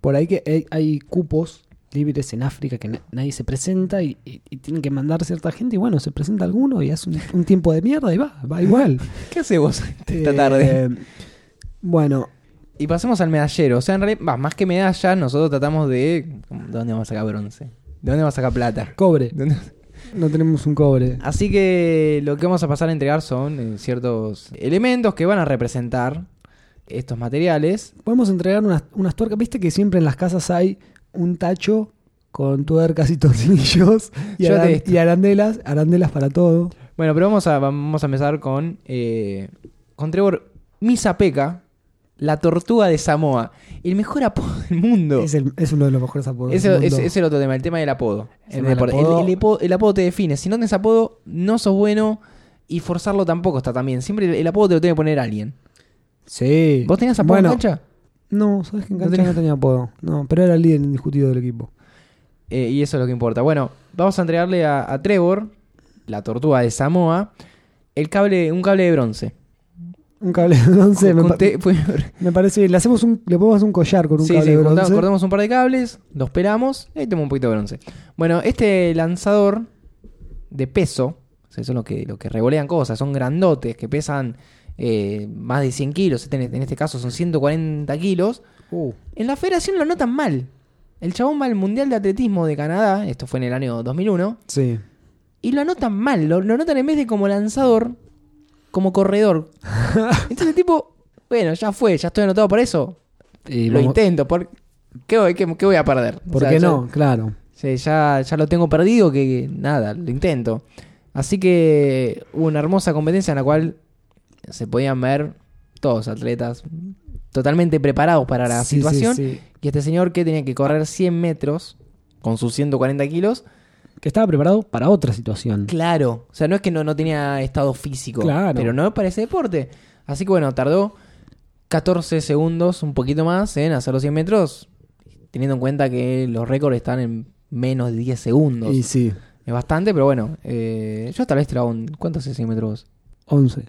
por ahí que hay, hay cupos libres en África que na- nadie se presenta y, y- y tienen que mandar cierta gente y bueno, se presenta alguno y hace un, un tiempo de mierda y va, va igual. ¿Qué hace vos esta Eh, tarde? bueno, Y pasemos al medallero. O sea, en realidad, bah, más que medalla, nosotros tratamos de. ¿De dónde vamos a sacar bronce? ¿De dónde vamos a sacar plata? cobre. ¿De dónde- No tenemos un cobre. Así que lo que vamos a pasar a entregar son eh, ciertos elementos que van a representar estos materiales. Podemos entregar unas, unas tuercas. Viste que siempre en las casas hay un tacho con tuercas y tornillos y, Yo aran- de esto. y arandelas, arandelas para todo. Bueno, pero vamos a, vamos a empezar con, eh, con Trevor Misapeca, la tortuga de Samoa, el mejor apodo del mundo. Es, el- es uno de los mejores apodos. Ese del es, mundo. es el otro tema, el tema del apodo. El El, tema del deporte. apodo. El- el apodo- el apodo te define. Si no tienes apodo, no sos bueno y forzarlo tampoco está también. Siempre el, el apodo te lo tiene que poner alguien. Sí. ¿Vos tenías apodo Bueno, en cancha? No, sabes que en No cancha no, tenía- tenía apodo. No, pero era el líder indiscutido del equipo. Eh, y eso es lo que importa. Bueno, vamos a entregarle a, a Trevor, la tortuga de Samoa, el cable, un cable de bronce. Un cable de bronce. Me, Con- pa- conté- fue- me parece bien. Le, hacemos un, le podemos hacer un collar con un sí, cable sí, de junta- bronce. cortamos un par de cables, los pelamos, y ahí tenemos un poquito de bronce. Bueno, este lanzador de peso, o sea, son los que, los que revolean cosas, son grandotes que pesan eh, más de 100 kilos, este- en este caso son 140 kilos, Uh, En la federación lo notan mal. El chabón va al Mundial de Atletismo de Canadá, esto fue en el año 2001, sí. y lo anotan mal, lo, lo anotan en vez de como lanzador, como corredor. Entonces el tipo Bueno, ya fue, ya estoy anotado por eso. Y lo vamos- intento. ¿por ¿Qué, voy, qué- qué voy a perder? O ¿Por sea, qué ya- no? Claro. Sí, ya, ya lo tengo perdido, que, que nada, lo intento. Así que hubo una hermosa competencia en la cual se podían ver todos atletas totalmente preparados para la Sí, sí, situación. sí. Y este señor que tenía que correr 100 metros con sus 140 kilos, Que estaba preparado para otra situación. claro, o sea, no es que no, no tenía estado físico, Claro. pero no para ese deporte. Así que bueno, tardó 14 segundos, un poquito más, en hacer los 100 metros, teniendo en cuenta que los récords están en menos de 10 segundos. Y sí, Es bastante, pero bueno. eh, yo tal vez te lo hago en... ¿Cuántos centímetros? 11.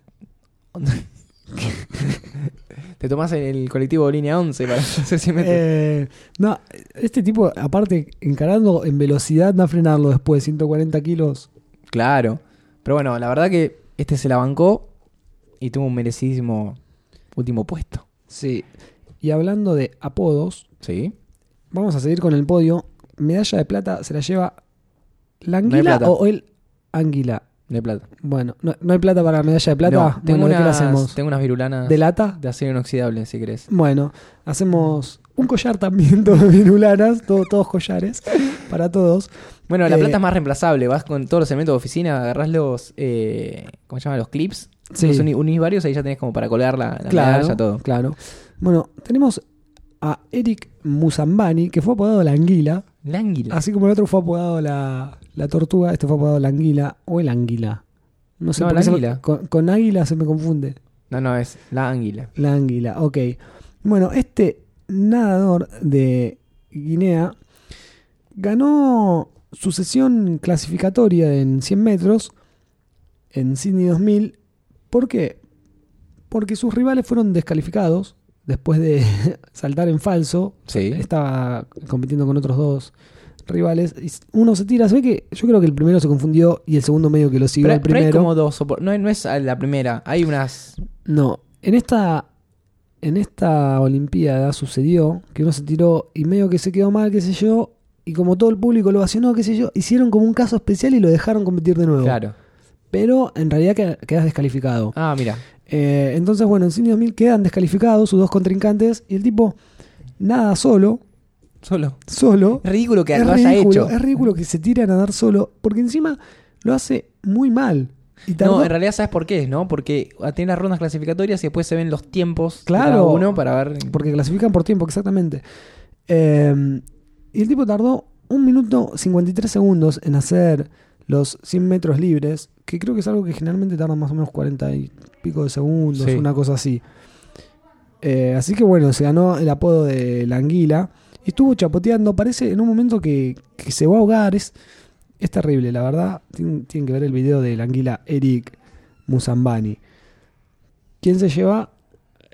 Te tomás el, el colectivo línea 11 para hacer 100 metros. Eh, no, este tipo, aparte, encarando en velocidad, no a frenarlo después, 140 kilos. Claro. Pero bueno, la verdad que este se la bancó y tuvo un merecidísimo último puesto. Sí. Y hablando de apodos, ¿Sí? vamos a seguir con el podio. Medalla de plata se la lleva la No hay anguila plata. o el anguila. De plata. Bueno, no, no hay plata para medalla de plata. No, tengo, bueno, ¿de qué la unas, hacemos? tengo unas virulanas ¿De lata? de acero inoxidable, si querés. Bueno, hacemos un collar también, todos virulanas, todo- todos collares, para todos. Bueno, la Eh, plata es más reemplazable. Vas con todos los elementos de oficina, agarrás los... eh, ¿Cómo se llaman? Los clips. Sí. Los uni- unís varios, ahí ya tenés como para colgar la, la medalla, todo. Claro. Bueno, tenemos a Eric Musambani, que fue apodado la anguila. La anguila. Así como el otro fue apodado la, la tortuga, este fue apodado la anguila o el anguila. No sé No, por la qué se me- anguila. con, con águila se me confunde. No, no, es la anguila. La anguila, ok. Bueno, este nadador de Guinea ganó su sesión clasificatoria en 100 metros en Sydney 2000. ¿Por qué? Porque sus rivales fueron descalificados después de saltar en falso. Sí. Estaba compitiendo con otros dos rivales. Y Uno se tira, se ve que yo creo que el primero se confundió y el segundo medio que lo siguió Pero, al pero primero. hay como dos opor- no, no es la primera, hay unas. No, en esta en esta olimpiada sucedió que uno se tiró y medio que se quedó mal, qué sé yo, y como todo el público lo vacionó, qué sé yo, hicieron como un caso especial y lo dejaron competir de nuevo. Claro. Pero en realidad que- quedas descalificado. Ah, mira. Eh, entonces, bueno, en Sydney 2000 quedan descalificados sus dos contrincantes y el tipo nada solo, Solo. solo. Ridículo que es lo haya ridículo, hecho. es ridículo que se tire a nadar solo, porque encima lo hace muy mal. Y tardó- No, en realidad sabes por qué, ¿no? Porque tienen las rondas clasificatorias y después se ven los tiempos de Claro. cada uno para ver. Porque clasifican por tiempo, exactamente. Eh, y el tipo tardó 1 minuto 53 segundos en hacer los 100 metros libres, que creo que es algo que generalmente tarda más o menos 40 y pico de segundos, Sí. una cosa así. Eh, así que bueno, se ganó el apodo de la anguila. Y estuvo chapoteando, parece en un momento que, que se va a ahogar. Es, es terrible, la verdad. Tien- tienen que ver el video del anguila Eric Musambani. ¿Quién se lleva?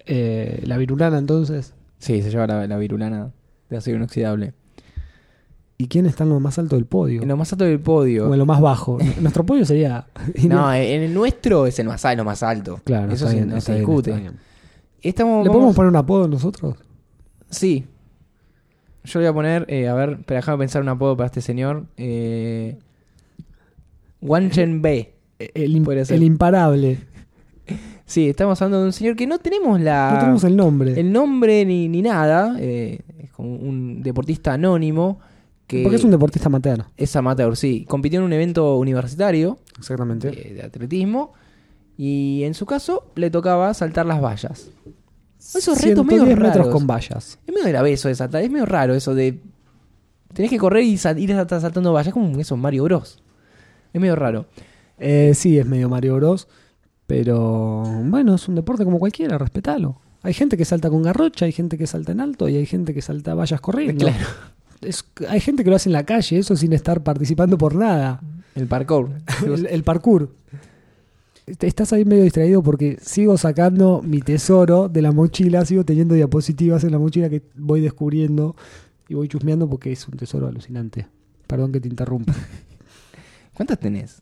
Eh, la virulana entonces. Sí, se lleva la, la virulana de acero inoxidable. ¿Y quién está en lo más alto del podio? En lo más alto del podio. o en lo más bajo. Nuestro podio sería. no, en el nuestro es el más, al- lo más alto. claro, Eso está sí, bien, no está se bien, discute. está bien. Estamos, ¿Le vamos- podemos poner un apodo nosotros? Sí. Yo le voy a poner, eh, a ver, pero déjame pensar un apodo para este señor. Eh, Eh. Wanchen B. El, im- Podría ser. el imparable. Sí, estamos hablando de un señor que no tenemos la No tenemos Ah, el nombre. el nombre ni, ni nada. eh, es como un deportista anónimo que Porque es un deportista amateur. es amateur, sí. Compitió en un evento universitario Exactamente. eh, de atletismo y en su caso le tocaba saltar las vallas. Esos retos medio metros raros. con vallas. Es medio grave eso de saltar, es medio raro eso de... Tenés que correr y sal- ir hasta saltando vallas, es como eso, Mario Bros. Es medio raro. Eh, sí, es medio Mario Bros. Pero bueno, es un deporte como cualquiera, respetalo. Hay gente que salta con garrocha, hay gente que salta en alto y hay gente que salta vallas corriendo. Claro. Es- hay gente que lo hace en la calle, eso sin estar participando por nada. El parkour. El, el parkour. Est- Estás ahí medio distraído porque sigo sacando mi tesoro de la mochila, sigo teniendo diapositivas en la mochila que voy descubriendo y voy chusmeando porque es un tesoro alucinante. Perdón que te interrumpa. ¿Cuántas tenés?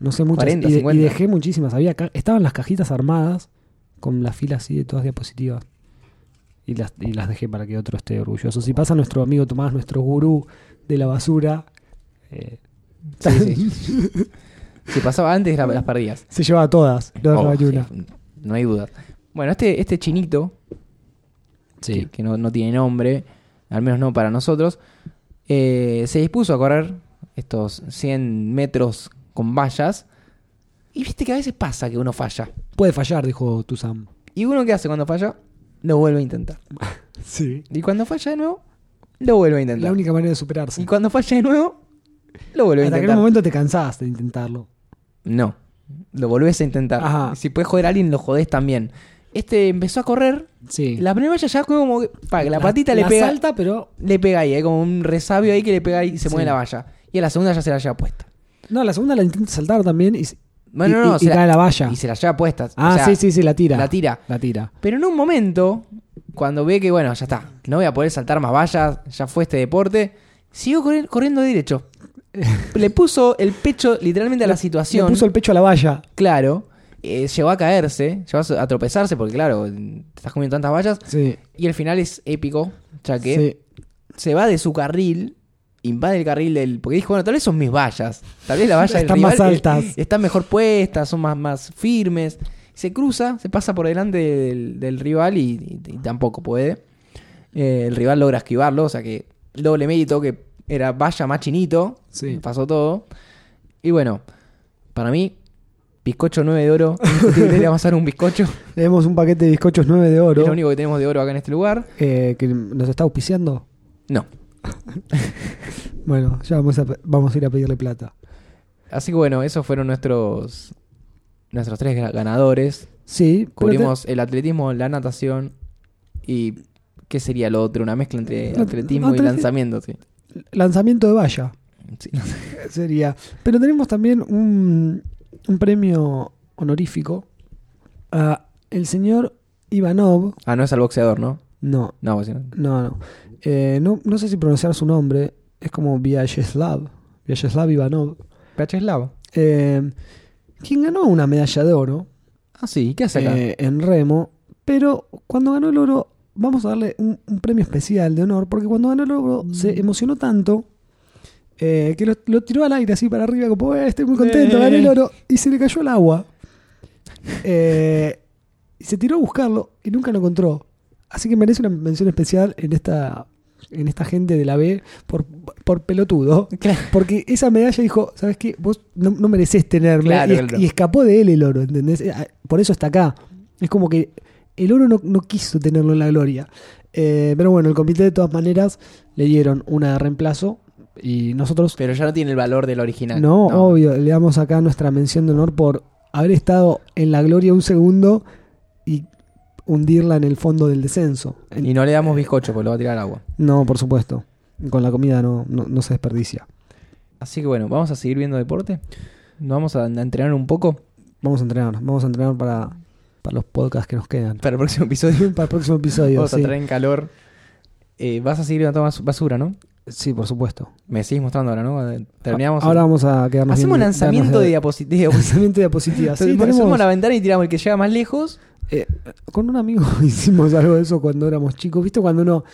No sé muchas. 40, y, de- y 50. dejé muchísimas. Había ca- estaban las cajitas armadas con la fila así de todas diapositivas. Y las, y las dejé para que otro esté orgulloso. Si pasa nuestro amigo Tomás, nuestro gurú de la basura, eh, Sí, sí. si pasaba antes, la- las perdías. se llevaba todas. No dejaba Oh, ni una. sí, no hay duda. Bueno, este, este chinito, que, que no, no tiene nombre, al menos no para nosotros, eh, se dispuso a correr estos 100 metros con vallas. Y viste que a veces pasa que uno falla. Puede fallar, dijo Tuzam. ¿Y uno qué hace cuando falla? Lo vuelve a intentar. Sí. Y cuando falla de nuevo, lo vuelve a intentar. La única manera de superarse. Y cuando falla de nuevo, lo vuelve a Hasta aquel intentar. momento te cansás de intentarlo. No, lo volvés a intentar. Ajá. Si puedes joder a alguien, lo jodés también. Este empezó a correr. Sí. La primera valla ya como que. pa, que la patita le pega. salta, pero. Le pega ahí, hay como un resabio ahí que le pega ahí y se Sí. mueve la valla. Y a la segunda ya se la lleva puesta. No, la segunda la intenta saltar también y, Bueno, y- no, no, y- se y cae la valla. Y se la lleva puesta. O Ah, sea, sí, sí, sí, la tira. La tira. La tira. Pero en un momento, cuando ve que, bueno, ya está, no voy a poder saltar más vallas, ya fue este deporte, siguió corri- corriendo derecho. Le puso el pecho literalmente a la situación. Le puso el pecho a la valla. Claro. eh, llegó a caerse, llegó a tropezarse, porque claro, te estás comiendo tantas vallas. Sí. Y el final es épico, ya que se va de su carril, invade el carril del. Porque dijo, bueno, tal vez son mis vallas. Tal vez las vallas del Están más rival, eh, altas. están mejor puestas, son más, más firmes. Se cruza, se pasa por delante del, del rival y, y- y tampoco puede. Eh, el rival logra esquivarlo, o sea que doble mérito que era valla más chinito. Sí. Pasó todo. Y bueno, para mí, bizcocho 9 de oro. indiscutible, Le vamos a dar un bizcocho. Tenemos un paquete de bizcochos 9 de Es oro lo único que tenemos de oro acá en este lugar. eh, que nos está auspiciando. No. Bueno, ya vamos a, pe- vamos a ir a pedirle plata. Así que bueno, esos fueron nuestros nuestros tres ga- ganadores. Sí, pero te- Cubrimos el atletismo, la natación y ¿qué sería lo otro? Una mezcla entre No, atletismo y atleti- lanzamiento, sí. lanzamiento de valla Sí, no sé. eh, sería. Pero tenemos también un, un premio honorífico a el señor Ivanov. Ah, no es al boxeador, ¿no? No, No, pues, sí, no. no, no. Eh, no. No sé si pronunciar su nombre. Es como Vyacheslav. Vyacheslav Ivanov. Pacheslao. Eh, quien ganó una medalla de oro Ah, sí, ¿qué hace acá? eh, en remo, pero cuando ganó el oro, vamos a darle un, un premio especial de honor, porque cuando ganó el oro Mm. se emocionó tanto eh, que lo, lo tiró al aire así para arriba, como, "Eh, estoy muy contento, Eh. gané el oro, y se le cayó al agua. Eh, y se tiró a buscarlo y nunca lo encontró. Así que merece una mención especial en esta en esta gente de la B por, por pelotudo. Claro. Porque esa medalla dijo, ¿sabes qué? Vos no, no mereces tenerla. Claro, y, es- claro. y escapó de él el oro, ¿entendés? Eh, ah, Por eso está acá. Es como que el oro no, no quiso tenerlo en la gloria. Eh, pero bueno, el comité de todas maneras le dieron una de reemplazo y nosotros... Pero ya no tiene el valor del original. No, obvio, le damos acá nuestra mención de honor por haber estado en la gloria un segundo y hundirla en el fondo del descenso. En- Y no le damos bizcocho porque lo va a tirar al agua. no, por supuesto. Con la comida no, no, no se desperdicia. Así que bueno, vamos a seguir viendo deporte. Nos vamos a a entrenar un poco Vamos a entrenar, vamos a entrenar para, para los podcasts que nos quedan. para el próximo episodio. Para el próximo episodio, Vamos a sí. traer en calor. Eh, vas a seguir levantando bas- basura, ¿no? Sí, por supuesto. Me seguís mostrando ahora, ¿no? Terminamos. Ahora vamos a quedarnos Hacemos viendo- lanzamiento quedarnos de de- diapositivas. lanzamiento de diapositivas. Sí, Entonces, tenemos- Hacemos la ventana y tiramos el que llega más lejos. eh, con un amigo hicimos algo de eso cuando éramos chicos. ¿Viste cuando uno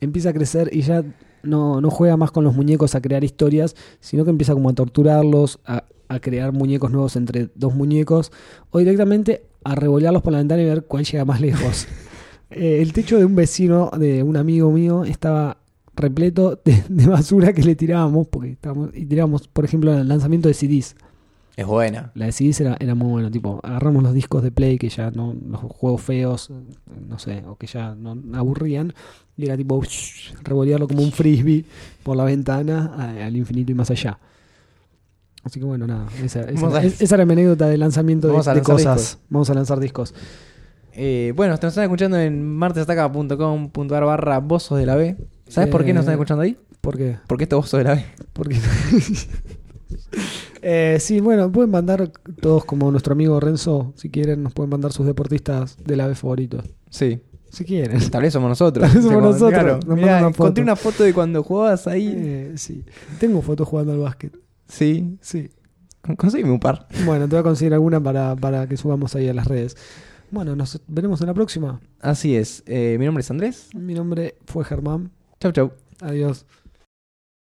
empieza a crecer y ya no, no juega más con los muñecos a crear historias, sino que empieza como a torturarlos, a, a crear muñecos nuevos entre dos muñecos, o directamente a revolearlos por la ventana y ver cuál llega más lejos. Eh, el techo de un vecino, de un amigo mío, estaba repleto de, de basura que le tirábamos, porque estábamos, y tirábamos, por ejemplo, el lanzamiento de CDs. Es buena. La de CDs era, era muy bueno, tipo, agarramos los discos de Play que ya no, los juegos feos, no sé, o que ya no aburrían, y era tipo shh, revolearlo como un frisbee por la ventana a- al infinito y más allá. Así que bueno, nada, esa, esa- Vamos a- es- esa era mi anécdota de lanzamiento de, Vamos a de lanzar cosas. discos. Vamos a lanzar discos. Eh, bueno, nos están escuchando en martesataca.com.ar barra bozos de la B. ¿Sabes por qué nos están Eh. escuchando ahí? ¿Por qué? Porque esto bozos de la B. Porque... Eh, sí, bueno, pueden mandar todos como nuestro amigo Renzo, si quieren, nos pueden mandar sus deportistas de la B favoritos. Sí. Si quieren. Tal vez somos nosotros. Tal vez somos Como- nosotros. claro. Nos Mirá, mandan una encontré foto. una foto de cuando jugabas ahí. Eh, sí. Tengo fotos jugando al básquet. Sí. Sí. Con- Conseguime un par. Bueno, te voy a conseguir alguna para, para que subamos ahí a las redes. Bueno, nos veremos en la próxima. Así es. Eh, mi nombre es Andrés. Mi nombre fue Germán. Chau, chau. Adiós.